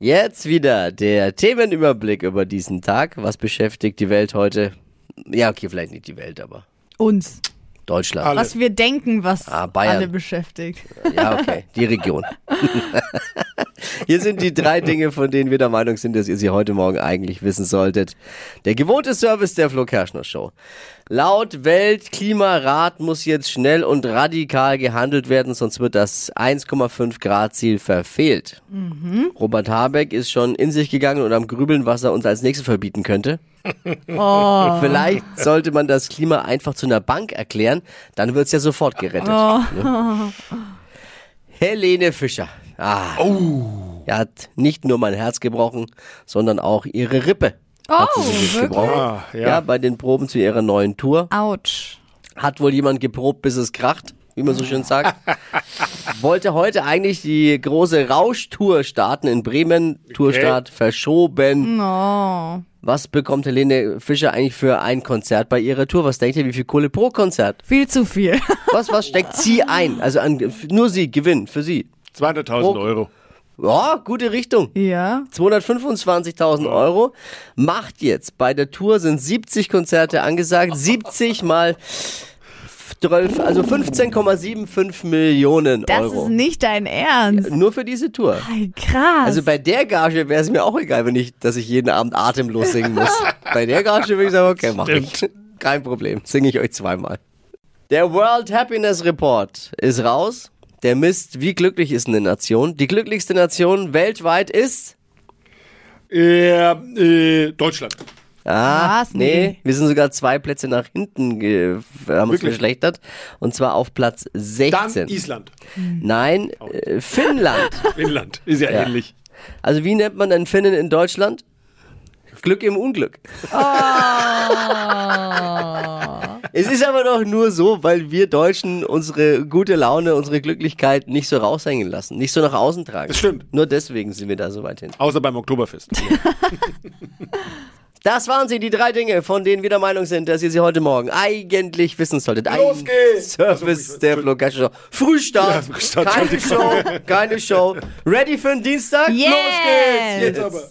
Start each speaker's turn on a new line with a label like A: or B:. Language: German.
A: Jetzt wieder der Themenüberblick über diesen Tag. Was beschäftigt die Welt heute? Ja, okay, vielleicht nicht die Welt, aber
B: Uns.
A: Deutschland.
C: Alle.
B: Was wir denken, was
A: Ah, Bayern.
B: alle beschäftigt.
A: Ja, okay, die Region. Hier sind die drei Dinge, von denen wir der Meinung sind, dass ihr sie heute Morgen eigentlich wissen solltet. Der gewohnte Service der Flo Kerschner Show. Laut Weltklimarat muss jetzt schnell und radikal gehandelt werden, sonst wird das 1,5 Grad Ziel verfehlt. Robert Habeck ist schon in sich gegangen und am Grübeln, was er uns als nächstes verbieten könnte.
B: Oh,
A: Vielleicht sollte man das Klima einfach zu einer Bank erklären, dann wird's ja sofort gerettet.
B: Oh.
A: Ne? Helene Fischer. Ah.
C: Oh.
A: Er hat nicht nur mein Herz gebrochen, sondern auch ihre Rippe. hat sie
B: Oh,
A: sich
B: wirklich?
A: gebrochen.
C: Ah, ja.
A: Ja. bei den Proben zu ihrer neuen Tour.
B: ouch.
A: Hat wohl jemand geprobt, bis es kracht, wie man so schön sagt. Wollte heute eigentlich die große Rauschtour starten in Bremen. Tourstart verschoben.
B: Mhm. No.
A: Was bekommt Helene Fischer eigentlich für ein Konzert bei ihrer Tour? Was denkt ihr, wie viel Kohle pro Konzert?
B: Viel zu viel.
A: Was, was steckt sie ein? Also an, nur sie, Gewinn für sie.
C: 200.000
A: Oh.
C: Euro.
A: Ja, gute Richtung.
B: ja.
A: 225.000 Euro macht jetzt. Bei der Tour sind 70 Konzerte angesagt. 70 mal 12, also 15,75 Millionen
B: Das ist
A: Euro.
B: nicht dein Ernst.
A: Nur für diese Tour.
B: Ey, Krass.
A: Also bei der Gage wäre es mir auch egal, wenn ich, dass ich jeden Abend atemlos singen muss. bei der Gage würde ich sagen, okay, mach ich. Kein Problem, singe ich euch zweimal. Der World Happiness Report ist raus. Der misst, wie glücklich ist eine Nation. Die glücklichste Nation weltweit ist...
C: Äh, äh, Deutschland.
A: Ah,
B: Was?
A: nee.
B: Nee.
A: Wir sind sogar zwei Plätze nach hinten, ge haben uns
C: Wirklich?
A: verschlechtert. Und zwar auf Platz
C: Dann
A: 16.
C: Island.
A: Nein, äh, Finnland.
C: Finnland. Ist ja, ähnlich.
A: Also wie nennt man einen Finnen in Deutschland? Glück im Unglück. Es ist aber doch nur so, weil wir Deutschen unsere gute Laune, unsere Glücklichkeit nicht so raushängen lassen, nicht so nach außen tragen.
C: Das stimmt.
A: Nur deswegen sind wir da so weit hin.
C: Außer beim Oktoberfest.
A: Das waren sie, die drei Dinge, von denen wir der Meinung sind, dass ihr sie heute Morgen eigentlich wissen solltet. Ein
C: Los geht's! Also,
A: Service der Flo Kerschner Show. Frühstart,
C: Ja, Frühstart,
A: keine Show, keine Show. Ready für den Dienstag?
B: Yes!
A: Los geht's!
C: Jetzt aber.